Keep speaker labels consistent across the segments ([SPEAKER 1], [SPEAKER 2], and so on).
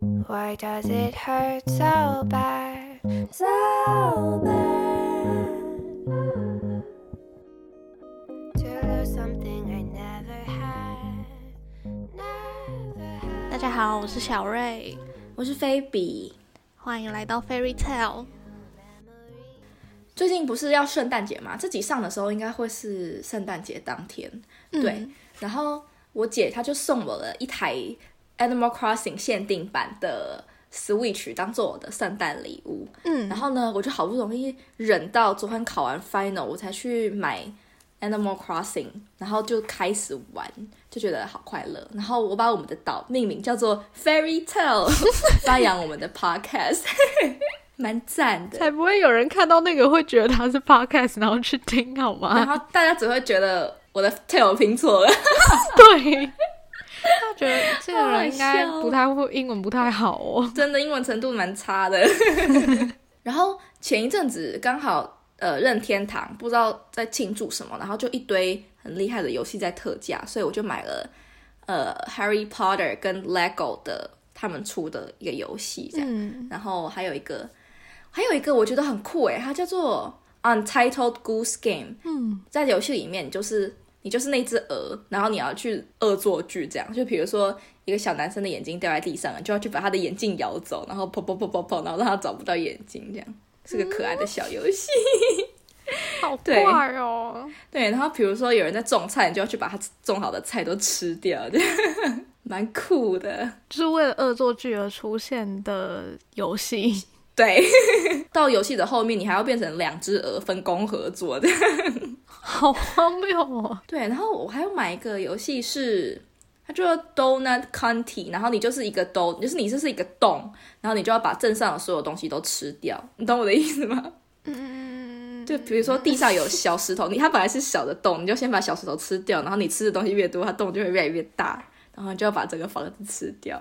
[SPEAKER 1] Why does it hurt so bad?
[SPEAKER 2] So bad.
[SPEAKER 1] To lose something I never had. Never
[SPEAKER 3] 大
[SPEAKER 1] had.
[SPEAKER 3] 家好，我是小瑞，
[SPEAKER 2] 我是菲比。
[SPEAKER 3] 欢迎来到 Fairy Tale。
[SPEAKER 2] 最近不是要圣诞节嘛？这集上的时候应该会是圣诞节当天。对，然后我姐她就送我了一台 Animal Crossing 限定版的 Switch 当做我的圣诞礼物。
[SPEAKER 3] 嗯
[SPEAKER 2] 然，后呢，我就好不容易忍到昨天考完 final，我才去买 Animal Crossing，然后就开始玩，就觉得好快乐。然后我把我们的岛命名叫做 Fairy Tale，发扬我们的 podcast，蛮赞的。
[SPEAKER 4] 才不会有人看到那个会觉得它是 podcast，然后去听好
[SPEAKER 2] 然
[SPEAKER 4] 吗？
[SPEAKER 2] 后大家只会觉得我的 tail 拼错了，
[SPEAKER 4] 对，他觉得这个
[SPEAKER 2] 好好
[SPEAKER 4] 人应该
[SPEAKER 2] 笑
[SPEAKER 4] 不太会英文，不太好哦。
[SPEAKER 2] 真的英文程度蛮差 的。然后前一阵子刚好呃任天堂不知道在庆祝什么，然后就一堆很厉害的游戏在特价，所以我就买了呃 Harry Potter 跟 LEGO 的他们出的一个游戏这样，
[SPEAKER 4] 嗯，
[SPEAKER 2] 然后还有一个还有一个我觉得很酷诶，它叫做 Untitled Goose Game，
[SPEAKER 4] 嗯，
[SPEAKER 2] 在游戏里面你就是。你就是那只鹅，然后你要去恶作剧，这样就比如说一个小男生的眼睛掉在地上了，就要去把他的眼镜咬走，然后砰砰砰砰砰，然后让他找不到眼睛，这样是个可爱的小游戏。
[SPEAKER 4] 好
[SPEAKER 2] 对
[SPEAKER 4] 怪哦。
[SPEAKER 2] 对，然后比如说有人在种菜，你就要去把他种好的菜都吃掉，这样 蛮酷的。
[SPEAKER 4] 就是为了恶作剧而出现的游戏，
[SPEAKER 2] 对， 到游戏的后面，你还要变成两只鹅分工合作的。
[SPEAKER 4] 好荒谬哦！
[SPEAKER 2] 对，然后我还要买一个游戏是，它叫做 Donut County，然后你就是一个 don，就是你就是一个洞，然后你就要把镇上的所有东西都吃掉，你懂我的意思吗？
[SPEAKER 4] 嗯，
[SPEAKER 2] 就比如说地上有小石头，你它本来是小的洞，你就先把小石头吃掉，然后你吃的东西越多，它洞就会越来越大，然后你就要把整个房子吃掉，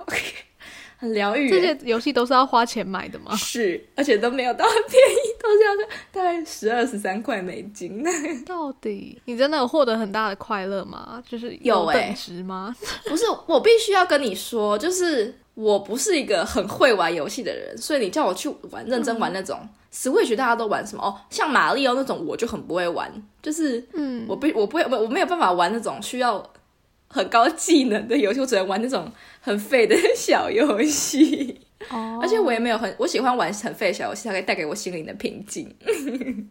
[SPEAKER 2] 很疗愈
[SPEAKER 4] 这
[SPEAKER 2] 耶。
[SPEAKER 4] 些游戏都是要花钱买的吗？
[SPEAKER 2] 是，而且都没有到很便宜，都是要大概十二十三块美金。
[SPEAKER 4] 到底你真的有获得很大的快乐吗？就是
[SPEAKER 2] 有欸
[SPEAKER 4] 等值吗？
[SPEAKER 2] 不是，我必须要跟你说，就是我不是一个很会玩游戏的人，所以你叫我去玩认真玩那种、Switch，大家都玩什么哦，像马里奥那种我就很不会玩，就是
[SPEAKER 4] 嗯，
[SPEAKER 2] 我不我不会我我没有办法玩那种需要很高技能的游戏，我只能玩那种很废的 小游戏，
[SPEAKER 4] 哦
[SPEAKER 2] 而且我也没有很我喜欢玩很废的小游戏，它可以带给我心灵的平静。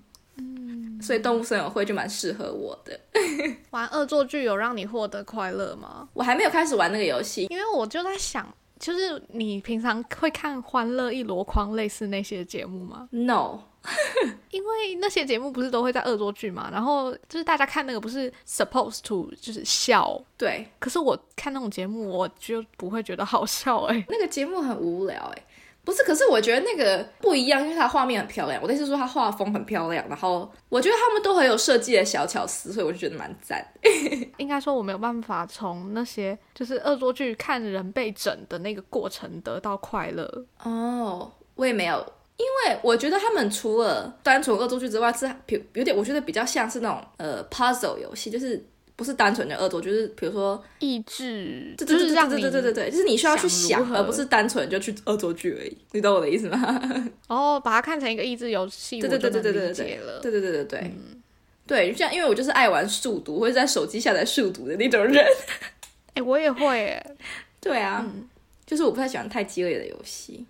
[SPEAKER 2] 所以动物森友会就蛮适合我的。
[SPEAKER 4] 玩恶作剧有让你获得快乐吗？
[SPEAKER 2] 我还没有开始玩那个游戏，
[SPEAKER 4] 因为我就在想，就是你平常会看《欢乐一箩筐》类似那些节目吗？
[SPEAKER 2] No，
[SPEAKER 4] 因为那些节目不是都会在恶作剧嘛，然后就是大家看那个不是 supposed to 就是笑，
[SPEAKER 2] 对，
[SPEAKER 4] 可是我看那种节目，我就不会觉得好笑哎、
[SPEAKER 2] 那个节目很无聊哎、不是，可是我觉得那个不一样，因为它画面很漂亮。我的意思是说它画风很漂亮，然后我觉得他们都很有设计的小巧思，所以我就觉得蛮赞。
[SPEAKER 4] 应该说我没有办法从那些就是恶作剧看人被整的那个过程得到快乐。
[SPEAKER 2] 哦，我也没有，因为我觉得他们除了单纯恶作剧之外，是比有点我觉得比较像是那种呃 puzzle 游戏，就是不是单纯的恶作剧，就是比如说
[SPEAKER 4] 意志
[SPEAKER 2] 对
[SPEAKER 4] 就
[SPEAKER 2] 对
[SPEAKER 4] 是
[SPEAKER 2] 对
[SPEAKER 4] 让
[SPEAKER 2] 对
[SPEAKER 4] 你
[SPEAKER 2] 对对对对，就是你需要去
[SPEAKER 4] 想如
[SPEAKER 2] 想，
[SPEAKER 4] 何
[SPEAKER 2] 而不是单纯就去恶作剧而已。你懂我的意思吗？
[SPEAKER 4] 哦，把它看成一个益智游戏，
[SPEAKER 2] 对对对对对对
[SPEAKER 4] 我就能理
[SPEAKER 2] 对
[SPEAKER 4] 解了。
[SPEAKER 2] 对对对对对，对，就像因为我就是爱玩数独，会在手机下载数独的那种 人。
[SPEAKER 4] 哎、我也会哎、
[SPEAKER 2] 对啊，就是我不太喜欢太激烈的游戏。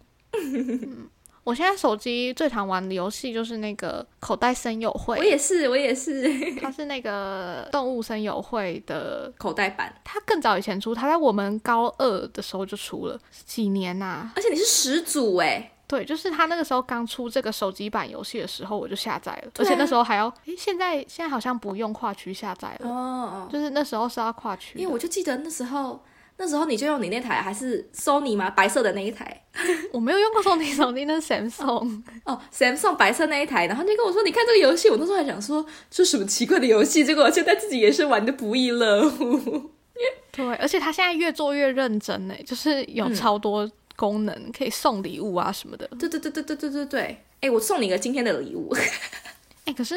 [SPEAKER 4] 我现在手机最常玩的游戏就是那个口袋森友
[SPEAKER 2] 我
[SPEAKER 4] 会，
[SPEAKER 2] 也是，我也是
[SPEAKER 4] 它是那个动物森友会的，
[SPEAKER 2] 口袋版，
[SPEAKER 4] 它更早以前出，它在我们高二的时候就出了，几年呐、
[SPEAKER 2] 而且你是始祖哎，
[SPEAKER 4] 对，就是它那个时候刚出这个手机版游戏的时候，我就下载了，而
[SPEAKER 2] 对啊
[SPEAKER 4] 且那时候还要，诶，现在现在好像不用跨区下载了，
[SPEAKER 2] 哦，
[SPEAKER 4] 就是那时候是要跨区的，
[SPEAKER 2] 因为我就记得那时候。那时候你就用你那台还是 Sony 吗？白色的那一台
[SPEAKER 4] 我没有用过手机，手机那是 Samsung，
[SPEAKER 2] 哦，Samsung 白色那一台，然后你就跟我说你看这个游戏，我那时候还想说这什么奇怪的游戏，结果我现在自己也是玩的不亦乐乎。
[SPEAKER 4] 对，而且它现在越做越认真呢，欸就是有超多功能，可以送礼物啊什么的。
[SPEAKER 2] 对对对对对对对对，哎、我送你一个今天的礼物，
[SPEAKER 4] 哎、可是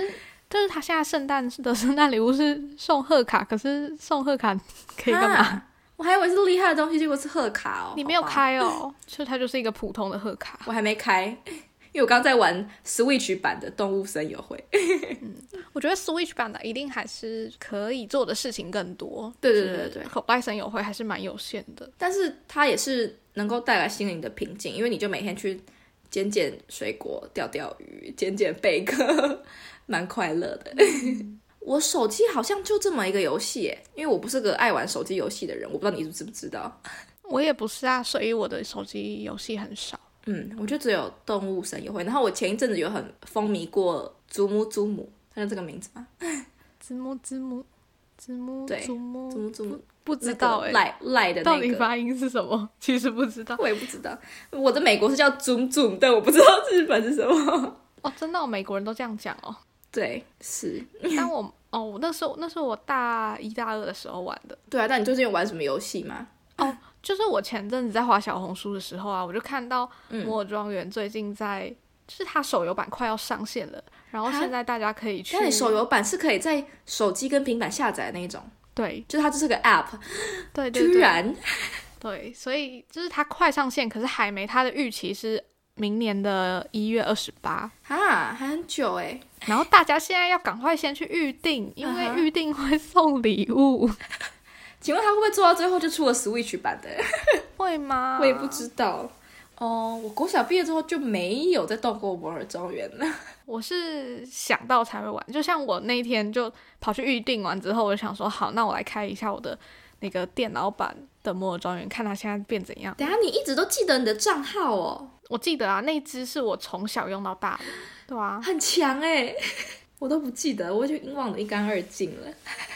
[SPEAKER 4] 就是他现在圣诞的圣诞礼物是送贺卡，可是送贺卡可以干嘛？
[SPEAKER 2] 啊我还以为是厉害的东西，结果是贺卡哦。
[SPEAKER 4] 你没有
[SPEAKER 2] 好吧？
[SPEAKER 4] 开哦，就它就是一个普通的贺卡。
[SPEAKER 2] 我还没开， 因为我刚在玩 Switch 版的《动物森友会》。
[SPEAKER 4] 我觉得 Switch 版的一定还是可以做的事情更多。
[SPEAKER 2] 对对对对对
[SPEAKER 4] 就是口袋神友会还是蛮有限的。
[SPEAKER 2] 但是它也是能够带来心灵的平静，因为你就每天去捡捡水果、钓钓鱼、捡捡贝壳， 蛮快乐的。
[SPEAKER 4] 嗯
[SPEAKER 2] 我手机好像就这么一个游戏耶，因为我不是个爱玩手机游戏的人，我不知道你知不知道。
[SPEAKER 4] 我也不是啊，所以我的手机游戏很少。
[SPEAKER 2] 嗯，我就只有动物森友会，然后我前一阵子有很风靡过祖母祖母，它是这个名字吗？
[SPEAKER 4] 字幕字幕字幕
[SPEAKER 2] 对
[SPEAKER 4] 字幕
[SPEAKER 2] 祖母祖母，
[SPEAKER 4] 不知道哎、
[SPEAKER 2] 那个赖赖的那
[SPEAKER 4] 到底
[SPEAKER 2] 个。
[SPEAKER 4] 发音是什么？其实不知道
[SPEAKER 2] 我也不知道，我的美国是叫 Zoom Zoom，但我不知道日本是什么。
[SPEAKER 4] 哦，真的哦、美国人都这样讲哦。
[SPEAKER 2] 对，是，
[SPEAKER 4] 但我哦，我那时候那是我大一大二的时候玩的，
[SPEAKER 2] 对啊。那你最近有玩什么游戏吗？
[SPEAKER 4] 就是我前阵子在滑小红书的时候啊，我就看到《
[SPEAKER 2] 嗯
[SPEAKER 4] 摩尔庄园》最近在，就是它手游版快要上线了，然后
[SPEAKER 2] 哈
[SPEAKER 4] 现在大家可以去
[SPEAKER 2] 但啊你手游版是可以在手机跟平板下载的那一种，
[SPEAKER 4] 对
[SPEAKER 2] 就是它就是个 App，
[SPEAKER 4] 对对
[SPEAKER 2] 居
[SPEAKER 4] 对
[SPEAKER 2] 然
[SPEAKER 4] 对，所以就是它快上线，可是还没它的预期是明年的一月二十八，
[SPEAKER 2] 啊，还很久哎，
[SPEAKER 4] 然后大家现在要赶快先去预定，因
[SPEAKER 2] 嗯
[SPEAKER 4] 为
[SPEAKER 2] 哼
[SPEAKER 4] 预定会送礼物，
[SPEAKER 2] 请问它会不会做到最后就出了 Switch 版的？
[SPEAKER 4] 会吗？
[SPEAKER 2] 我也不知道。哦，我国小毕业之后就没有再动过《摩尔庄园》了。
[SPEAKER 4] 我是想到才会玩，就像我那一天就跑去预定完之后，我就想说，好，那我来开一下我的那个电脑版的《摩尔庄园》，看它现在变怎 样。
[SPEAKER 2] 等一下你一直都记得你的账号哦，
[SPEAKER 4] 我记得啊，那一只是我从小用到大的，对啊。
[SPEAKER 2] 很强哎， 我都不记得，我就忘得一干二净了。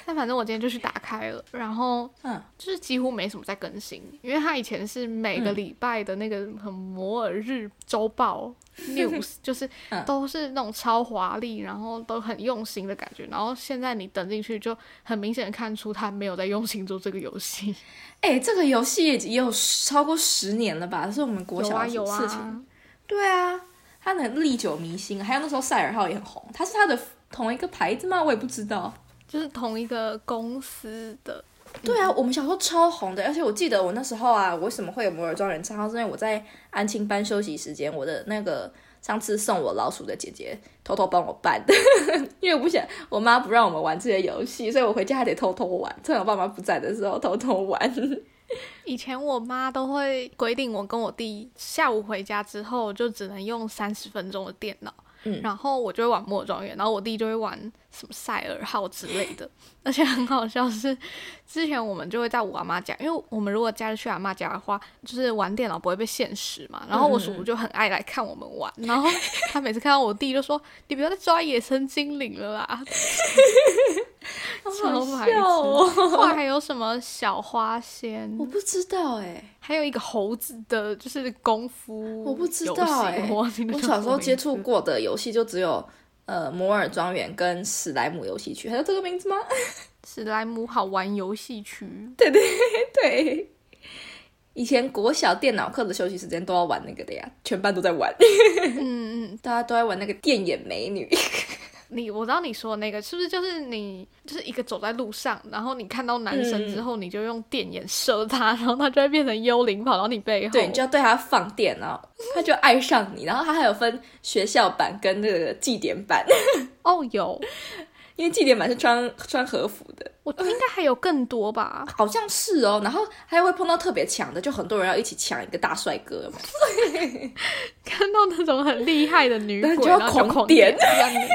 [SPEAKER 4] 但反正我今天就去打开了，然后
[SPEAKER 2] 嗯，
[SPEAKER 4] 就是几乎没什么在更新，因为它以前是每
[SPEAKER 2] 嗯
[SPEAKER 4] 个礼拜的那个很摩尔日周报 news，就是
[SPEAKER 2] 嗯
[SPEAKER 4] 都是那种超华丽，然后都很用心的感觉。然后现在你等进去，就很明显的看出他没有在用心做这个游戏。
[SPEAKER 2] 哎、这个游戏也有超过十年了吧？是我们国
[SPEAKER 4] 有
[SPEAKER 2] 小
[SPEAKER 4] 啊
[SPEAKER 2] 的
[SPEAKER 4] 有
[SPEAKER 2] 事情。
[SPEAKER 4] 啊，
[SPEAKER 2] 对啊，它很历久弥新，还有那时候赛尔号也很红，它是它的同一个牌子吗？我也不知道。
[SPEAKER 4] 就是同一个公司的，
[SPEAKER 2] 对啊，我们小时候超红的，而且我记得我那时候啊，我为什么会有摩尔庄园账号？是因为我在安亲班休息时间，我的那个上次送我老鼠的姐姐偷偷帮我办的， 因为我不想我妈不让我们玩这些游戏，所以我回家还得偷偷玩，趁我爸妈不在的时候偷偷玩。
[SPEAKER 4] 以前我妈都会规定我跟我弟下午回家之后就只能用三十分钟的电脑，
[SPEAKER 2] 嗯
[SPEAKER 4] 然后我就会玩《摩尔庄园》，然后我弟就会玩什么赛尔号之类的。 而且很好笑是，之前我们就会在我阿妈家，因为我们如果假日去阿妈家的话，就是玩电脑不会被限时嘛。然后
[SPEAKER 2] 嗯
[SPEAKER 4] 我叔叔就很爱来看我们玩，然后他每次看到我弟就说：“你不要再抓野生精灵 了啦！”超白痴。
[SPEAKER 2] 笑哦
[SPEAKER 4] 后来还有什么小花仙？
[SPEAKER 2] 我不知道哎、
[SPEAKER 4] 还有一个猴子的，就是功夫，
[SPEAKER 2] 我不知道
[SPEAKER 4] 哎、
[SPEAKER 2] 欸
[SPEAKER 4] 我忘记那
[SPEAKER 2] 我
[SPEAKER 4] 叫
[SPEAKER 2] 小
[SPEAKER 4] 什
[SPEAKER 2] 时
[SPEAKER 4] 么
[SPEAKER 2] 候接
[SPEAKER 4] 名字
[SPEAKER 2] 触过的游戏就只有呃《摩尔庄园》跟《史莱姆游戏区》，还有这个名字吗？
[SPEAKER 4] 史莱姆好玩游戏区，
[SPEAKER 2] 对，以前国小电脑课的休息时间都要玩那个的呀，全班都在 玩，
[SPEAKER 4] 嗯嗯，
[SPEAKER 2] 大家都在玩那个电眼美女。
[SPEAKER 4] 你我知道你说的那个是不是就是你就是一个走在路上，然后你看到男生
[SPEAKER 2] 嗯
[SPEAKER 4] 之后，你就用电眼射他，然后他就会变成幽灵跑到你背 后，
[SPEAKER 2] 对，你就要对他放电哦， 他就爱上你。然后他还有分学校版跟那个祭典版，
[SPEAKER 4] 哦有，
[SPEAKER 2] 因为祭典版是穿穿和服的，
[SPEAKER 4] 我应该还有更多 吧，
[SPEAKER 2] 好像是哦。然后还会碰到特别强的，就很多人要一起抢一个大帅哥有没有
[SPEAKER 4] 看到那种很厉害的女
[SPEAKER 2] 对
[SPEAKER 4] 鬼，
[SPEAKER 2] 就要
[SPEAKER 4] 然后
[SPEAKER 2] 狂
[SPEAKER 4] 狂
[SPEAKER 2] 点
[SPEAKER 4] 这样子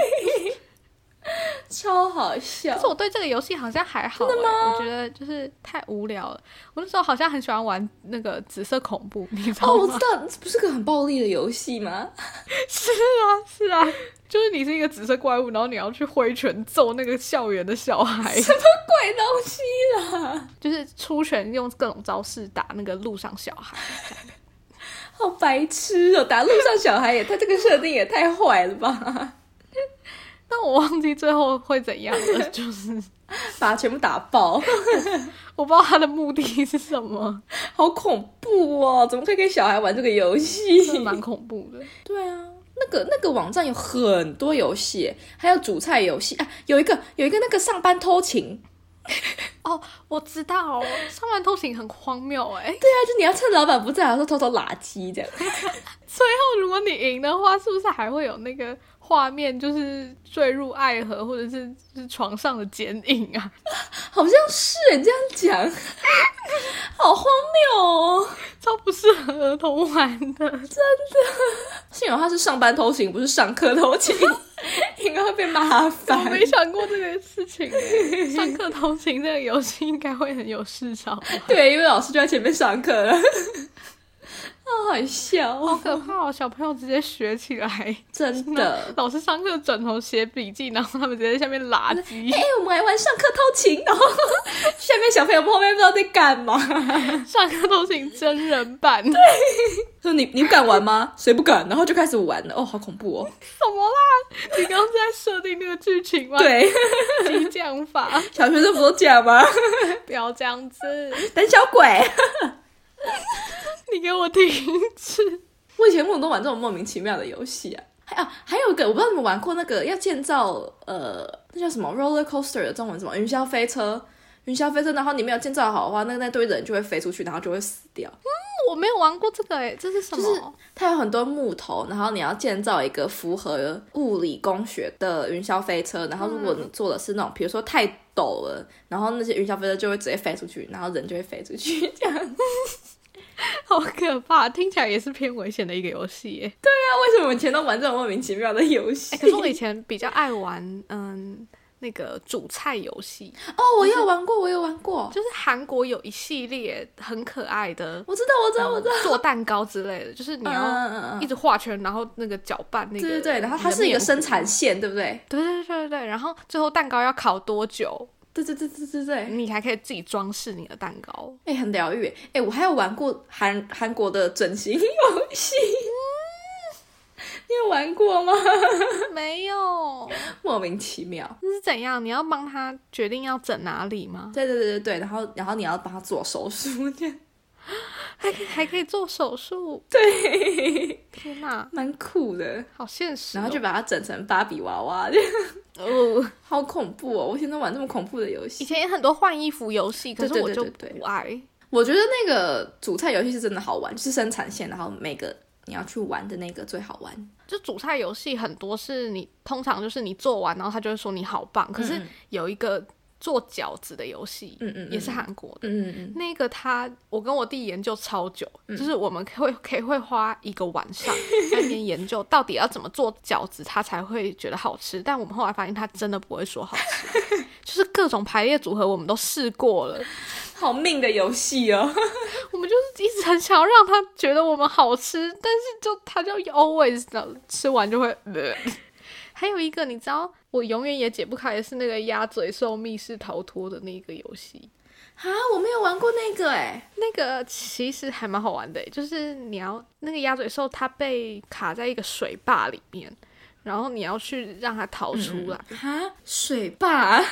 [SPEAKER 2] 超好笑
[SPEAKER 4] 可。是我对这个游戏好像还好、欸，我觉得就是太无聊了。我那时候好像很喜欢玩那个紫色恐怖，你知道
[SPEAKER 2] 哦，我知
[SPEAKER 4] 吗？
[SPEAKER 2] 道，不是个很暴力的游戏 吗？
[SPEAKER 4] 是啊， 就是你是一个紫色怪物，然后你要去挥拳揍那个校园的小孩，
[SPEAKER 2] 鬼东西啦，
[SPEAKER 4] 就是出拳用各种招式打那个路上小孩。
[SPEAKER 2] 好白痴哦！打路上小孩也，他这个设定也太坏了吧！
[SPEAKER 4] 但我忘记最后会怎样 了，就是
[SPEAKER 2] 把他全部打爆，
[SPEAKER 4] 我不知道他的目的是什么，
[SPEAKER 2] 好恐怖哦！怎么可以跟小孩玩这个游 戏？
[SPEAKER 4] 真的蛮恐怖 的。
[SPEAKER 2] 对啊，那个那个网站有很多游戏，还有煮菜游戏啊，有一个有一个那个上班偷情，
[SPEAKER 4] 哦，我知道，上班偷情很荒谬哎、
[SPEAKER 2] 对啊，就你要趁老板不在的时候偷偷拉鸡这样。
[SPEAKER 4] 最后如果你赢的话，是不是还会有那个画面，就是坠入爱河，或者是就是床上的剪影啊？
[SPEAKER 2] 好像是你这样讲，好荒谬哦！
[SPEAKER 4] 超不适合儿童玩的。
[SPEAKER 2] 幸好他是上班偷情，不是上课偷情， 应该会被骂
[SPEAKER 4] 我
[SPEAKER 2] 翻。
[SPEAKER 4] 没想过这个事情欸。上课偷情这个游戏应该会很有市场，
[SPEAKER 2] 对，因为老师就在前面上课了， 好好笑
[SPEAKER 4] 好
[SPEAKER 2] 哦，
[SPEAKER 4] 可怕哦！小朋友直接学起来，
[SPEAKER 2] 真的。
[SPEAKER 4] 老师上课转头写笔记，然后他们直接在下面拉 鸡
[SPEAKER 2] 哎、，我们还玩上课偷情，然后 下面小朋友后面不知道在干嘛。
[SPEAKER 4] 上课偷情真人版，对，
[SPEAKER 2] 说你你敢玩吗？谁不敢？然后就开始玩了。哦，好恐怖哦。
[SPEAKER 4] 什么啦？ 你刚刚是在设定那个剧情吗？，
[SPEAKER 2] 对，
[SPEAKER 4] 激将法，
[SPEAKER 2] 小学生不都这样吗？
[SPEAKER 4] 不要这样子，
[SPEAKER 2] 胆小鬼。
[SPEAKER 4] 你给我停止！
[SPEAKER 2] 我以前为什么都玩这种莫名其妙的游戏啊？还啊，还有一个我不知道你们玩过那个要建造呃，那叫什么 roller coaster 的中文是什么云霄飞车，云霄飞车，然后你没有建造好的话，那那堆人就会飞出去，然后就会死掉。
[SPEAKER 4] 我没有玩过这个诶、这是什么？
[SPEAKER 2] 就是它有很多木头，然后你要建造一个符合物理工学的云霄飞车，然后如果你做的是那种，比如说太陡了，然后那些云霄飞车就会直接飞出去，然后人就会飞出去，这样。
[SPEAKER 4] 哎好可怕，听起来也是偏危险的一个游戏哎耶。
[SPEAKER 2] 那为什么我以前都玩这种莫名其妙的游戏？
[SPEAKER 4] 哎可是我以前比较爱玩，嗯，那个煮菜游戏，
[SPEAKER 2] 哦，我有玩过，我有玩过，
[SPEAKER 4] 就是韩国有一系列很可爱的，
[SPEAKER 2] 我知道，我知道，我知道。
[SPEAKER 4] 做蛋糕之类的，就是你要
[SPEAKER 2] 嗯嗯嗯
[SPEAKER 4] 一
[SPEAKER 2] 嗯
[SPEAKER 4] 直画圈，然后那个搅拌那个，
[SPEAKER 2] 对对对，然后它是一个生产，线，对不对？
[SPEAKER 4] 对对对对对，然后最后蛋糕要烤多久，
[SPEAKER 2] 对对对对对对，
[SPEAKER 4] 你还可以自己装饰你的蛋糕。
[SPEAKER 2] 哎、很疗愈。哎、我还有玩过韩韩国的整形游戏， 你有玩过吗？
[SPEAKER 4] 没有，
[SPEAKER 2] 莫名其妙。
[SPEAKER 4] 这是怎样？你要帮他决定要整哪里吗？
[SPEAKER 2] 对对对对对，然后然后你要帮他做手术， 这样
[SPEAKER 4] 还可以还可以做手术？
[SPEAKER 2] 对，
[SPEAKER 4] 天哪，
[SPEAKER 2] 蛮酷的。
[SPEAKER 4] 好现实、哦！
[SPEAKER 2] 然后就把它整成芭比娃娃，
[SPEAKER 4] 哦。
[SPEAKER 2] 好恐怖哦！我以前都玩这么恐怖的游
[SPEAKER 4] 以
[SPEAKER 2] 戏。
[SPEAKER 4] 前也很多换衣服游戏，可是
[SPEAKER 2] 对对
[SPEAKER 4] 我就
[SPEAKER 2] 对对对
[SPEAKER 4] 不爱。
[SPEAKER 2] 我觉得那个主菜游戏是真的好玩，就是生产线，然后每个你要去玩的那个最好玩。
[SPEAKER 4] 就煮菜游戏很多是你通常就是你做完，然后他就会说你好棒。可是
[SPEAKER 2] 嗯
[SPEAKER 4] 有一个做饺子的游戏，
[SPEAKER 2] 嗯嗯嗯
[SPEAKER 4] 也是韩国的。
[SPEAKER 2] 嗯嗯嗯，
[SPEAKER 4] 那个他，我跟我弟研究超久，就是我们会可以会花一个晚上 在那边研究到底要怎么做饺子，他才会觉得好吃。但我们后来发现他真的不会说好吃， 就是各种排列组合我们都试过了，
[SPEAKER 2] 好命的游戏 哦。
[SPEAKER 4] 我们就是一直很想要让他觉得我们好吃，但是就他就 always 的吃完就会、 呃。还有一个你知道，我永远也解不开的是那个鸭嘴兽密室逃脱的那个游戏，
[SPEAKER 2] 啊，我没有玩过那个哎、
[SPEAKER 4] 那个其实还蛮好玩的，欸就是你要那个鸭嘴兽它被卡在一个水坝里面，然后你要去让它逃出来。
[SPEAKER 2] 啊，水坝，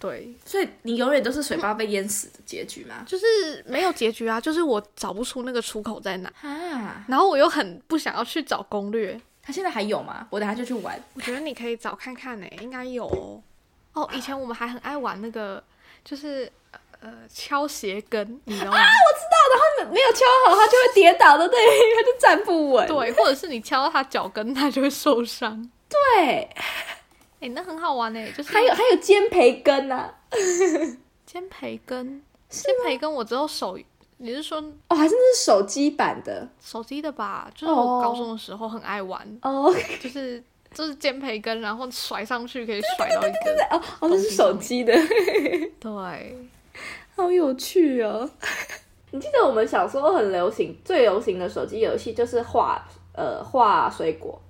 [SPEAKER 4] 对，
[SPEAKER 2] 所以你永远都是水坝被淹死的结局吗？
[SPEAKER 4] 就是没有结局啊，就是我找不出那个出口在哪，
[SPEAKER 2] 啊，
[SPEAKER 4] 然后我又很不想要去找攻略，
[SPEAKER 2] 他现在还有吗？我等下就去玩。
[SPEAKER 4] 我觉得你可以找看看呢、应该有哦。哦，以前我们还很爱玩那个，就是呃敲鞋跟，你 知道吗？
[SPEAKER 2] 没有敲好，他就会跌倒的，对，他就站不稳。
[SPEAKER 4] 对，或者是你敲到他脚跟，他就会受伤。
[SPEAKER 2] 对，
[SPEAKER 4] 哎、那很好玩呢、就是
[SPEAKER 2] 还有还有肩培根呐、啊，
[SPEAKER 4] 肩培根，肩培根我只有手，你是说
[SPEAKER 2] 哦，还真的是手机版的
[SPEAKER 4] 手机的吧？就是我高中的时候很爱玩，
[SPEAKER 2] 哦，
[SPEAKER 4] 就是就是肩培根，然后甩上去可以甩到一
[SPEAKER 2] 对
[SPEAKER 4] 个，
[SPEAKER 2] 哦哦，那是手机的，
[SPEAKER 4] 对。
[SPEAKER 2] 好有趣哦。 你记得我们小时候很流行，最流行的手机游戏就是画呃画水果，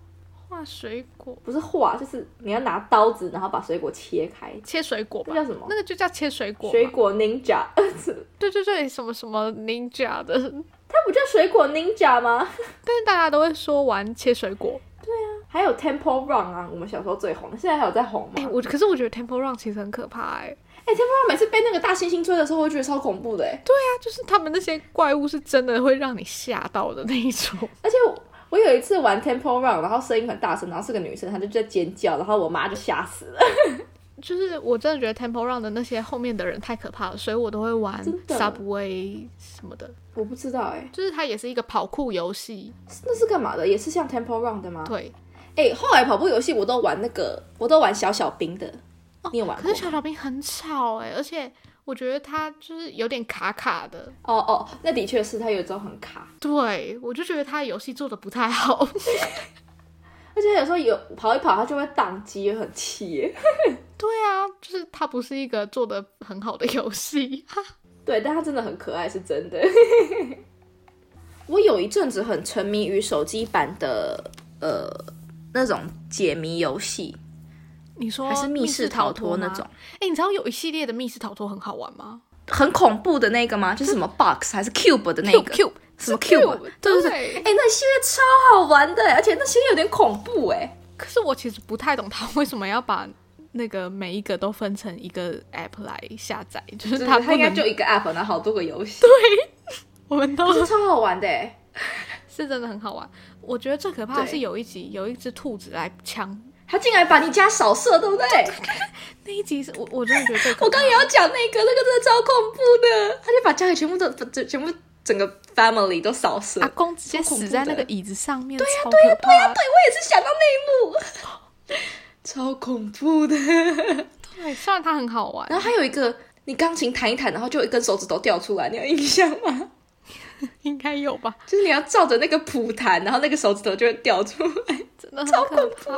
[SPEAKER 4] 画水果，
[SPEAKER 2] 不是画，就是你要拿刀子，然后把水果切开，
[SPEAKER 4] 切水果吧
[SPEAKER 2] 那，叫什么
[SPEAKER 4] 那？个就叫切水
[SPEAKER 2] 啊
[SPEAKER 4] 果吧。
[SPEAKER 2] 水果 ninja，
[SPEAKER 4] 对对对，什么什么 ninja 的，
[SPEAKER 2] 它不叫水果 ninja 吗？
[SPEAKER 4] 但是大家都会说玩切水果。
[SPEAKER 2] 还有 temple run 啊，我们小时候最红，现在还有在红吗？
[SPEAKER 4] 哎、我可是我觉得 temple run 其实很可怕哎、
[SPEAKER 2] 哎、t e m p l e run 每次被那个大猩猩追的时候，我会觉得超恐怖的哎、
[SPEAKER 4] 那就是他们那些怪物是真的会让你吓到的那一种。
[SPEAKER 2] 而且我我有一次玩 temple run，然后声音很大声，然后是个女生，她就在尖叫，然后我妈就吓死了。
[SPEAKER 4] 就是我真的觉得 Temple Run 的那些后面的人太可怕了，所以我都会玩
[SPEAKER 2] 真的
[SPEAKER 4] Subway 什么的，
[SPEAKER 2] 我不知道哎、
[SPEAKER 4] 就是它也是一个跑酷游戏。
[SPEAKER 2] 那是干嘛的？也是像 Temple Run 的吗？
[SPEAKER 4] 对，
[SPEAKER 2] 哎、后来跑步游戏我都玩那个，我都玩小小兵的，你有玩
[SPEAKER 4] 哦可
[SPEAKER 2] 过
[SPEAKER 4] 是
[SPEAKER 2] 吗？
[SPEAKER 4] 小小兵很吵哎、而且我觉得它就是有点卡卡的。
[SPEAKER 2] 哦哦，那的确是，它有时候很卡，
[SPEAKER 4] 对，我就觉得它游戏做的不太好。
[SPEAKER 2] 而且有时候有跑一跑，它就会宕机，很气哎耶。
[SPEAKER 4] 对啊，就是它不是一个做的很好的游戏。
[SPEAKER 2] 对，但它真的很可爱，是真的。 我有一阵子很沉迷于手机版的呃那种解谜游戏，
[SPEAKER 4] 你说
[SPEAKER 2] 还是密室逃脱那
[SPEAKER 4] 吗
[SPEAKER 2] 种？，
[SPEAKER 4] 哎、你知道有一系列的密室逃脱很好玩吗？
[SPEAKER 2] 很恐怖的那个吗？就是什么 box 还是 cube 的那个
[SPEAKER 4] Cube，
[SPEAKER 2] 什么
[SPEAKER 4] 是
[SPEAKER 2] cube？对对对。
[SPEAKER 4] 对
[SPEAKER 2] 哎、那系列超好玩的，而且那系列有点恐怖哎。
[SPEAKER 4] 可是我其实不太懂他为什么要把那个每一个都分成一个 app 来下载，就是他
[SPEAKER 2] 它
[SPEAKER 4] 不
[SPEAKER 2] 它应该
[SPEAKER 4] 能
[SPEAKER 2] 就一个 app，然后好多个游戏，对，
[SPEAKER 4] 我们都
[SPEAKER 2] 是超好玩的哎。
[SPEAKER 4] 是真的很好玩。我觉得最可怕的
[SPEAKER 2] 对
[SPEAKER 4] 是有一集有一只兔子来抢
[SPEAKER 2] 他竟然把你家扫射，对不对？
[SPEAKER 4] 那一集是我我真的觉得最可
[SPEAKER 2] 我
[SPEAKER 4] 怕
[SPEAKER 2] 刚也要讲那个，那个真的超恐怖的，他就把家里全部都整全部整个 family 都扫射。
[SPEAKER 4] 阿公直接
[SPEAKER 2] 超恐怖
[SPEAKER 4] 死在那
[SPEAKER 2] 的
[SPEAKER 4] 个椅子上面，对呀、对呀、对呀、
[SPEAKER 2] 对，我也是想到那一幕， 超恐怖的。
[SPEAKER 4] 对，哎虽然它很好玩，
[SPEAKER 2] 然后还有一个，你钢琴弹一弹，然后就有一根手指头掉出来，你有印象吗？
[SPEAKER 4] 应该有吧，
[SPEAKER 2] 就是你要照着那个谱弹，然后那个手指头就会掉出来。
[SPEAKER 4] 真的很可怕。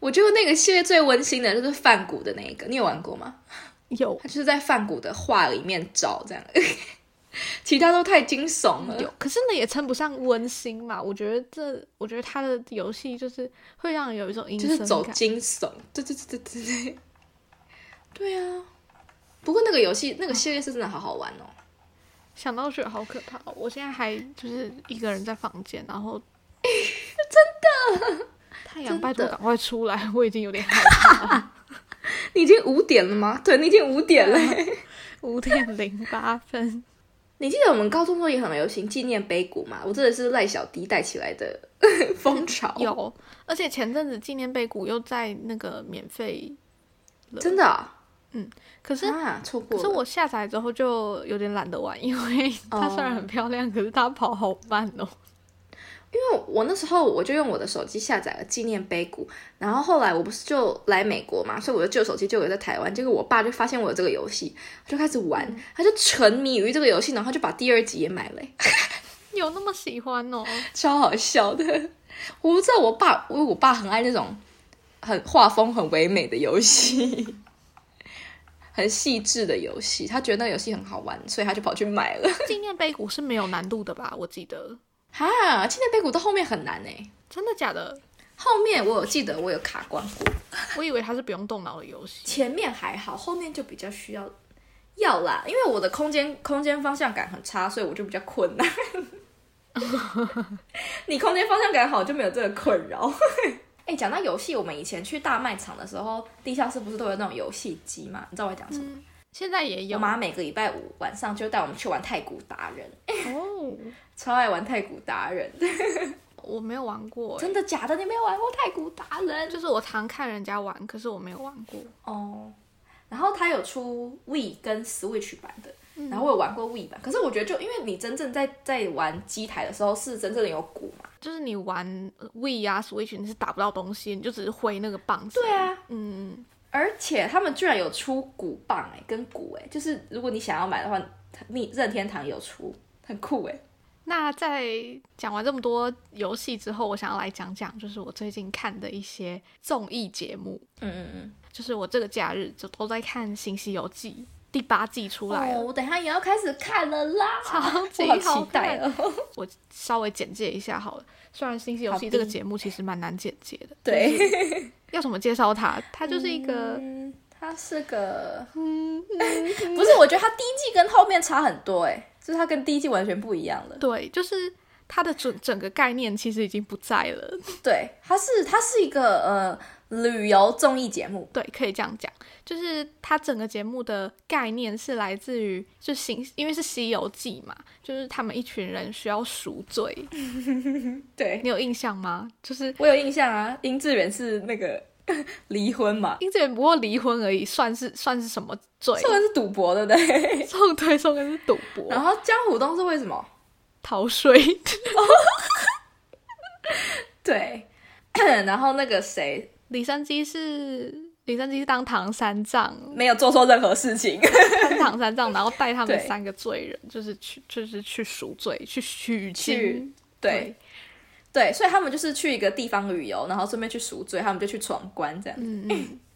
[SPEAKER 2] 我觉得那个系列最温馨的就是梵谷的那一个，你有玩过吗？
[SPEAKER 4] 有
[SPEAKER 2] 他就是在梵谷的画里面找这样， 其他都太惊悚了。
[SPEAKER 4] 有，可是呢也称不上温馨嘛。我觉得这，我觉得它的游戏就是会让人有一种阴
[SPEAKER 2] 就
[SPEAKER 4] 森
[SPEAKER 2] 是
[SPEAKER 4] 感，
[SPEAKER 2] 走惊悚，对对对对对对，对啊。不过那个游戏那个系列是真的好好玩哦。
[SPEAKER 4] 想到觉得好可怕哦、我现在还就是一个人在房间，然后真的太阳，
[SPEAKER 2] 真
[SPEAKER 4] 拜托
[SPEAKER 2] 的
[SPEAKER 4] 赶快出来，我已经有点害怕了。
[SPEAKER 2] 你已经五点了吗？对，你啊已经五点了。
[SPEAKER 4] 五点零八分，
[SPEAKER 2] 你记得我们高中时候也很流行纪念碑谷嘛？我真的是赖小迪带起来 的风潮。
[SPEAKER 4] 有，而且前阵子纪念碑谷又在那个免费了，
[SPEAKER 2] 真的啊、
[SPEAKER 4] 可是。
[SPEAKER 2] 啊，错过
[SPEAKER 4] 可
[SPEAKER 2] 了。
[SPEAKER 4] 是我哦下载之后就有点懒得玩，因为它虽然很漂亮，可是它跑好慢哦。
[SPEAKER 2] 因为我那时候我就用我的手机下载了纪念碑谷，然后后来我不是就来美国嘛，所以我的旧手机就留在台湾。结果我爸就发现我有这个游戏，他就开始玩，
[SPEAKER 4] 嗯
[SPEAKER 2] 他就沉迷于这个游戏，然后就把第二集也买了欸、
[SPEAKER 4] 有那么喜欢哦？
[SPEAKER 2] 超好笑的。 我不知道我爸，因为我爸很爱那种很画风很唯美的游戏， 很细致的游戏，他觉得那个游戏很好玩，所以他就跑去买了。
[SPEAKER 4] 纪念碑谷是没有难度的吧？我记得，
[SPEAKER 2] 哈，纪念碑谷到后面很难哎、
[SPEAKER 4] 真的假的？
[SPEAKER 2] 后面我有记得我有卡关过，
[SPEAKER 4] 我以为它是不用动脑的游戏。
[SPEAKER 2] 前面还好，后面就比较需要要啦，因为我的空间空间方向感很差，所以我就比较困难。 你空间方向感好就没有这个困扰。 哎、讲到游戏，我们以前去大卖场的时候，地下室不是都有那种游戏机嘛？你知道我在讲什么？
[SPEAKER 4] 现在也
[SPEAKER 2] 我
[SPEAKER 4] 有
[SPEAKER 2] 妈每个礼拜五晚上就带我们去玩太古达人，
[SPEAKER 4] 哦，
[SPEAKER 2] 超爱玩太古达人。
[SPEAKER 4] 我没有玩过欸，欸
[SPEAKER 2] 真的假的？你没有玩过太古达人？
[SPEAKER 4] 就是我常看人家玩，可是我没有玩过。
[SPEAKER 2] 哦，然后它有出 We 跟 Switch 版的，然后我有玩过 We 版，可是我觉得就因为你真正在在玩机台的时候是真正的有鼓嘛，
[SPEAKER 4] 就是你玩 We 啊 Switch，你是打不到东西，你就只是挥那个棒子。
[SPEAKER 2] 对，啊，
[SPEAKER 4] 嗯，
[SPEAKER 2] 而且他们居然有出鼓棒哎、跟鼓哎、就是如果你想要买的话，你任天堂有出，很酷哎、
[SPEAKER 4] 那在讲完这么多游戏之后，我想要来讲讲，就是我最近看的一些综艺节目，
[SPEAKER 2] 嗯嗯嗯，
[SPEAKER 4] 就是我这个假日就都在看《新西游记》第八季出来了。
[SPEAKER 2] 哦，我等一下也要开始看了啦，
[SPEAKER 4] 超级
[SPEAKER 2] 我好
[SPEAKER 4] 好
[SPEAKER 2] 期待哦。
[SPEAKER 4] 我稍微简介一下好了。虽然《新西游
[SPEAKER 2] 好
[SPEAKER 4] 记》
[SPEAKER 2] 的
[SPEAKER 4] 这个节目其实蛮难简介的，
[SPEAKER 2] 对，
[SPEAKER 4] 要怎么介绍它？它就是一个
[SPEAKER 2] 嗯，它是个， 嗯，不是，我觉得它第一季跟后面差很多哎、就是它跟第一季完全不一样了。
[SPEAKER 4] 对，就是它的整整个概念其实已经不在了。
[SPEAKER 2] 对，它是它是一个呃旅游综艺节目，
[SPEAKER 4] 对，可以这样讲，就是它整个节目的概念是来自于就新，因为是《西游记》嘛，就是他们一群人需要赎罪，
[SPEAKER 2] 对
[SPEAKER 4] 你有印象吗？就是
[SPEAKER 2] 我有印象啊，殷志源是那个 离婚嘛，
[SPEAKER 4] 因这不过离婚而已，算是算是什么罪？
[SPEAKER 2] 这个是赌博，对不对？
[SPEAKER 4] 送对送跟是赌博，
[SPEAKER 2] 然后江湖东是为什么？
[SPEAKER 4] 逃税。
[SPEAKER 2] 对， 然后那个谁
[SPEAKER 4] 李三基是李三基是当唐三藏，
[SPEAKER 2] 没有做错任何事情，
[SPEAKER 4] 当唐三藏，然后带他们
[SPEAKER 2] 对
[SPEAKER 4] 三个罪人，就是去就是去赎罪，去
[SPEAKER 2] 去
[SPEAKER 4] 取经。
[SPEAKER 2] 对，对，所以他们就是去一个地方旅游，然后顺便去赎罪，他们就去闯关这样。
[SPEAKER 4] 嗯嗯。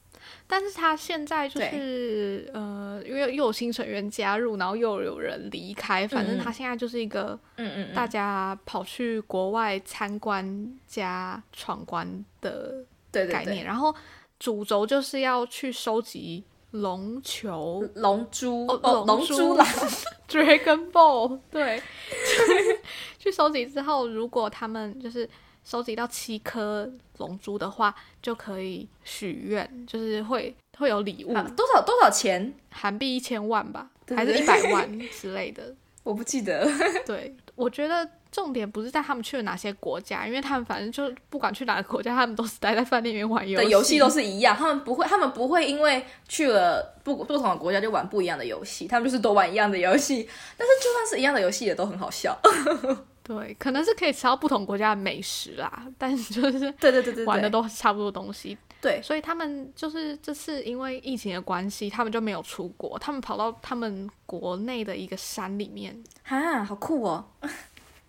[SPEAKER 4] 但是他现在就是呃，因为又有新成员加入，然后又有人离开，反正
[SPEAKER 2] 嗯嗯
[SPEAKER 4] 他现在就是一个
[SPEAKER 2] 嗯嗯
[SPEAKER 4] 大
[SPEAKER 2] 嗯，
[SPEAKER 4] 家跑去国外参观加闯关的
[SPEAKER 2] 对
[SPEAKER 4] 概
[SPEAKER 2] 对
[SPEAKER 4] 念，
[SPEAKER 2] 对，
[SPEAKER 4] 然后主轴就是要去收集龙球
[SPEAKER 2] 龙珠
[SPEAKER 4] 哦
[SPEAKER 2] 哦，
[SPEAKER 4] 龙
[SPEAKER 2] 龙
[SPEAKER 4] 珠
[SPEAKER 2] 珠啦，
[SPEAKER 4] （Dragon Ball），对，去收集之后，如果他们就是收集到七颗龙珠的话，就可以许愿，就是会会有礼物，
[SPEAKER 2] 啊多少多少钱？
[SPEAKER 4] 韩币一千万吧，
[SPEAKER 2] 对
[SPEAKER 4] 还是
[SPEAKER 2] 对
[SPEAKER 4] 一百 万之类的。
[SPEAKER 2] 我不记得。
[SPEAKER 4] 对，我觉得重点不是在他们去了哪些国家，因为他们反正就不管去哪个国家，他们都是待在饭店里面玩游
[SPEAKER 2] 的游戏都是一样，他们不会，他们不会因为去了不不同的国家就玩不一样的游戏，他们就是都玩一样的游戏。 但是就算是一样的游戏，也都很好笑。
[SPEAKER 4] 对，可能是可以吃到不同国家的美食啦，但是就是
[SPEAKER 2] 对对对对对，
[SPEAKER 4] 玩的都差不多东西。
[SPEAKER 2] 对
[SPEAKER 4] 所以他们就是这次因为疫情的关系，他们就没有出国，他们跑到他们国内的一个山里面，
[SPEAKER 2] 啊，好酷哦！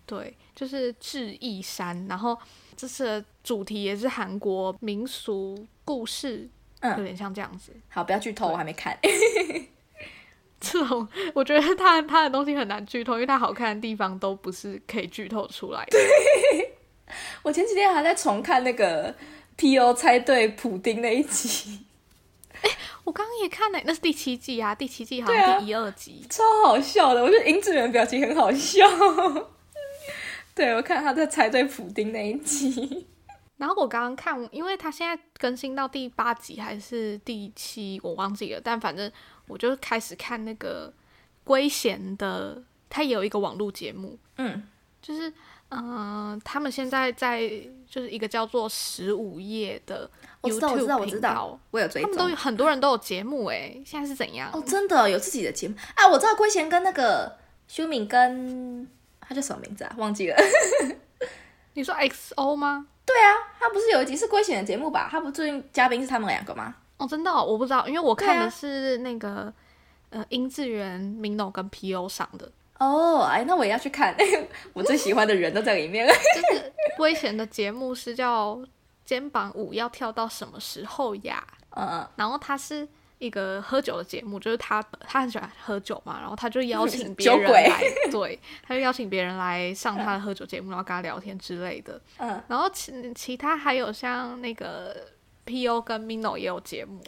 [SPEAKER 4] 对，就是智异山。然后这次的主题也是韩国民俗故事，
[SPEAKER 2] 嗯
[SPEAKER 4] 有点像这样子。
[SPEAKER 2] 好，不要剧透，我还没看。
[SPEAKER 4] 这种我觉得他他的东西很难剧透，因为他好看的地方都不是可以剧透出来的。
[SPEAKER 2] 我前几天还在重看那个 P.O. 猜对普丁那一集，
[SPEAKER 4] 我刚刚也看了，那是第七季啊，第七季好
[SPEAKER 2] 对啊
[SPEAKER 4] 像第一、二集。
[SPEAKER 2] 超好笑的。我觉得尹志源的表情很好笑。 对，我看他在猜对普丁那一集。
[SPEAKER 4] 然后我刚刚看，因为它现在更新到第八集还是第七，我忘记了。但反正我就开始看那个圭贤的，他也有一个网络节目，
[SPEAKER 2] 嗯，
[SPEAKER 4] 就是嗯、呃他们现在在就是一个叫做十五夜的
[SPEAKER 2] 我知道，我知道，
[SPEAKER 4] YouTube
[SPEAKER 2] 我知
[SPEAKER 4] 频
[SPEAKER 2] 道
[SPEAKER 4] 道，，
[SPEAKER 2] 我有追
[SPEAKER 4] 他
[SPEAKER 2] 踪。
[SPEAKER 4] 们都有很多人都有节目诶，现在是怎样？
[SPEAKER 2] 哦，真的有自己的节目啊！我知道圭贤跟那个修敏跟他叫什么名字啊？忘记了。
[SPEAKER 4] 你说 XO 吗？
[SPEAKER 2] 对啊，他不是有一集是圭贤的节目吧？他不最近嘉宾是他们两个吗？
[SPEAKER 4] 哦，真的哦、我不知道，因为我看
[SPEAKER 2] 对啊
[SPEAKER 4] 的是那个、呃殷志源、明农跟 PO 上的，
[SPEAKER 2] 哦，哎，那我也要去看， 我最喜欢的人都在里面。
[SPEAKER 4] 就是 危险的节目是叫《肩膀舞要跳到什么时候呀》，
[SPEAKER 2] 嗯 嗯，
[SPEAKER 4] 然后它是一个喝酒的节目，就是他他很喜欢喝酒嘛，然后他就邀请别
[SPEAKER 2] 酒
[SPEAKER 4] 人
[SPEAKER 2] 鬼
[SPEAKER 4] 来， 对，他就邀请别人来上他的喝酒节目，然后跟他聊天之类的。
[SPEAKER 2] 嗯，
[SPEAKER 4] 然后其其他还有像那个 P.O. 跟 Mino 也有节目，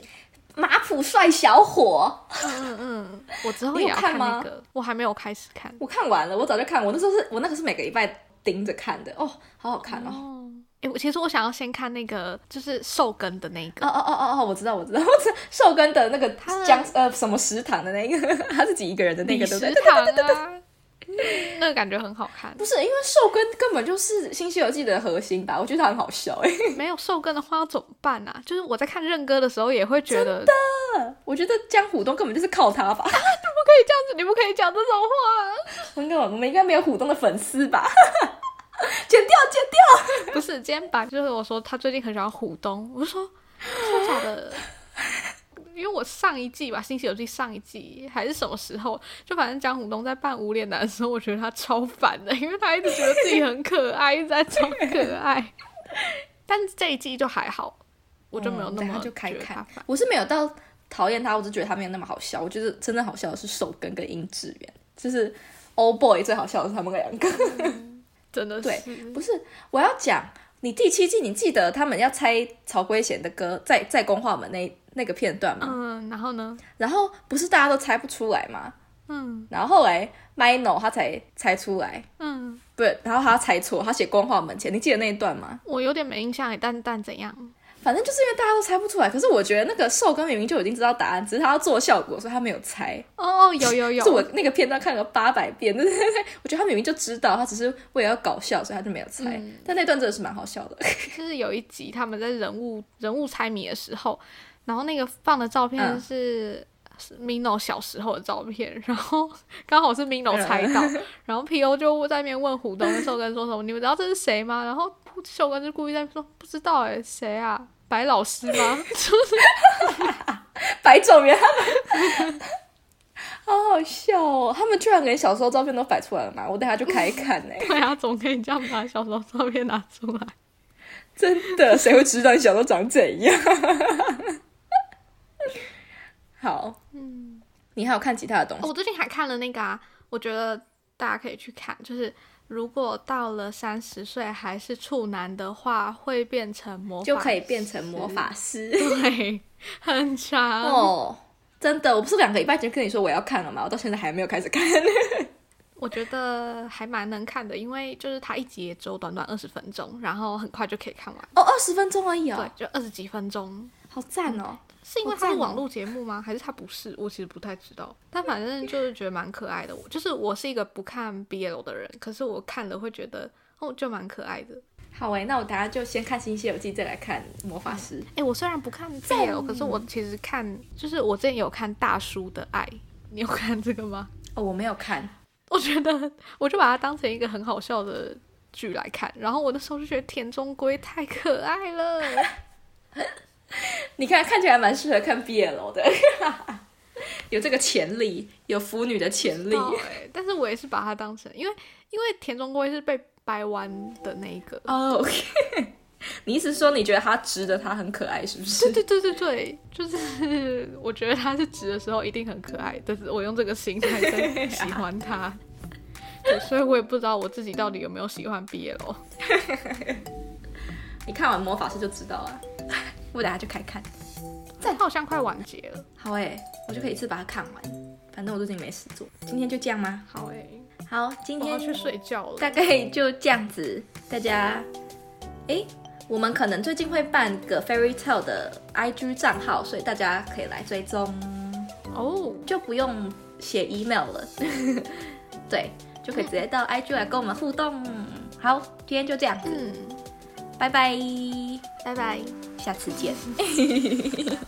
[SPEAKER 2] 马普帅小伙，
[SPEAKER 4] 嗯嗯，我之后
[SPEAKER 2] 你
[SPEAKER 4] 也
[SPEAKER 2] 有
[SPEAKER 4] 要
[SPEAKER 2] 看吗
[SPEAKER 4] 那个，我还没有开始看。
[SPEAKER 2] 我看完了，我早就看，我那时候是我那个是每个礼拜盯着看的。哦，好好看哦。
[SPEAKER 4] 哦，哎，我其实我想要先看那个就是寿根的那个
[SPEAKER 2] 哦，哦哦哦哦！我知道，我知道，我知道 寿根的那个
[SPEAKER 4] 他的
[SPEAKER 2] 江呃什么食堂的那个， 他自己一个人的那
[SPEAKER 4] 李
[SPEAKER 2] 个，对
[SPEAKER 4] 食
[SPEAKER 2] 不对？
[SPEAKER 4] 堂啊，嗯那个感觉很好看
[SPEAKER 2] 不。是，因为寿根根本就是《新西游记》的核心吧？我觉得它很好笑哎、
[SPEAKER 4] 没有寿根的话要怎么办啊？就是我在看任哥的时候也会觉得，
[SPEAKER 2] 我觉得江虎东根本就是靠它吧。
[SPEAKER 4] 不可以这样 子，你不可以讲这种话。
[SPEAKER 2] 我应该我们应该没有虎东的粉丝吧？ 剪掉剪掉，
[SPEAKER 4] 不是，今天白就是我说他最近很喜欢虎东，我就说真的假的？ 因为我上一季吧，《新西游记》上一季还是什么时候，就反正江虎东在扮无脸男的时候，我觉得他超烦的， 因为他一直觉得自己很可爱，一直在装可 爱。但这一季就还好，我就没有那
[SPEAKER 2] 嗯
[SPEAKER 4] 么
[SPEAKER 2] 对他就开
[SPEAKER 4] 觉得他
[SPEAKER 2] 看
[SPEAKER 4] 烦。
[SPEAKER 2] 我是没有到讨厌他，我只觉得他没有那么好笑。我觉得真正好笑的是寿根跟殷志源，就是 Old Boy 最好笑的是他们两个。
[SPEAKER 4] 真的
[SPEAKER 2] 对
[SPEAKER 4] 是
[SPEAKER 2] 不是，我要讲你第七季，你记得他们要拆曹圭贤的歌，在在公化门那那个片段吗？
[SPEAKER 4] 嗯，然后呢？
[SPEAKER 2] 然后不是大家都猜不出来吗？
[SPEAKER 4] 嗯
[SPEAKER 2] 然后后来 Mino 他才猜出来，
[SPEAKER 4] 嗯，
[SPEAKER 2] 不是，然后他猜错，他写光化门前，你记得那一段吗？
[SPEAKER 4] 我有点没印象诶，但但怎样？
[SPEAKER 2] 反正就是因为大家都猜不出来，可是我觉得那个寿根明明就已经知道答案，只是他要做效果，所以他没有猜。
[SPEAKER 4] 哦哦，有有 有，
[SPEAKER 2] 是我那个片段看了八百遍， 对对对，我觉得他明明就知道，他只是为了要搞笑，所以他就没有猜。但那段真的是蛮好笑的，
[SPEAKER 4] 就是有一集他们在人物人物猜谜的时候，然后那个放的照片
[SPEAKER 2] 嗯
[SPEAKER 4] 是是 Mino 小时候的照片，然后 刚好是 Mino 猜到，然后 PO 就在那边问虎东跟秀根说什么，你 们知道这是谁吗？然后秀根就故意在那边说不知道哎、谁啊？白老师吗？ 就是
[SPEAKER 2] 白种人他们 好好笑哦，他们居然连小时候照片都摆出来了嘛！我等下就开看欸呢、
[SPEAKER 4] 对啊，总可以这样把小时候照片拿出来。
[SPEAKER 2] 真 的，谁会知道你小时候长怎 样？好，嗯，你还有看其他的东西？
[SPEAKER 4] 哦我最近还看了那个啊，我觉得大家可以去看，就是如果到了三十岁还是处男的话，会变成魔法，
[SPEAKER 2] 就可以变成哦魔。法师。
[SPEAKER 4] 对，很长。
[SPEAKER 2] 哦，真的，我不是两个礼拜前跟你说我要看了吗？我到现在还没有开始看。
[SPEAKER 4] 我觉得还蛮能看的，因为就是它一集也只有短短二十分钟，然后很快就可以看完。
[SPEAKER 2] 哦，二十分钟而已哦
[SPEAKER 4] 对，，就二十几分钟。
[SPEAKER 2] 好赞哦！
[SPEAKER 4] 是因为
[SPEAKER 2] 好
[SPEAKER 4] 它
[SPEAKER 2] 赞
[SPEAKER 4] 是
[SPEAKER 2] 哦
[SPEAKER 4] 网络节目吗？还是它不是？我其实不太知道。但反正就是觉得蛮可爱的。我就是我是一个不看 BL 的人，可是我看了会觉得哦，就蛮可爱的。
[SPEAKER 2] 好诶，那我等下就先看《新西游记》，再来看《魔法师》
[SPEAKER 4] 哎、我虽然不看 BL，可是我其实看，就是我之前有看大叔的爱，你有看这个吗？
[SPEAKER 2] 哦，我没有看，
[SPEAKER 4] 我觉得我就把它当成一个很好笑的剧来看，然后我那时候就觉得田中圭太可爱 了，
[SPEAKER 2] 你看看起来蛮适合看 BL 的， 有这个潜力，有腐女的潜力。
[SPEAKER 4] 哎，但是我也是把它当成，因为因为田中圭是被掰弯的那一个，
[SPEAKER 2] 哦、o k 你意思是说你觉得他值得，他很可爱，是不是？
[SPEAKER 4] 对对对对对，就是 我觉得他是直的时候一定很可爱，但是我用这个心 态在喜欢他，对，所以我也不知道我自己到底有没有喜欢 BL。
[SPEAKER 2] 你看完《魔法师》就知道了。 我等下就开看。
[SPEAKER 4] 但它好像快完结了。
[SPEAKER 2] 好诶，我就可以一次把它看完。反正我最近没事做，今天就这样吗？
[SPEAKER 4] 好哎、
[SPEAKER 2] 好，今
[SPEAKER 4] 我
[SPEAKER 2] 天
[SPEAKER 4] 要去睡觉了。
[SPEAKER 2] 大概就这样子，大家，诶，我们可能最近会办个 Fairy Tale 的 IG 账号，所以大家可以来追踪，
[SPEAKER 4] 哦，
[SPEAKER 2] 就不用写 email 了，对，就可以直接到 IG 来跟我们互动。好，今天就这样子，
[SPEAKER 4] 嗯，
[SPEAKER 2] 拜拜，
[SPEAKER 4] 拜拜。
[SPEAKER 2] 下次见。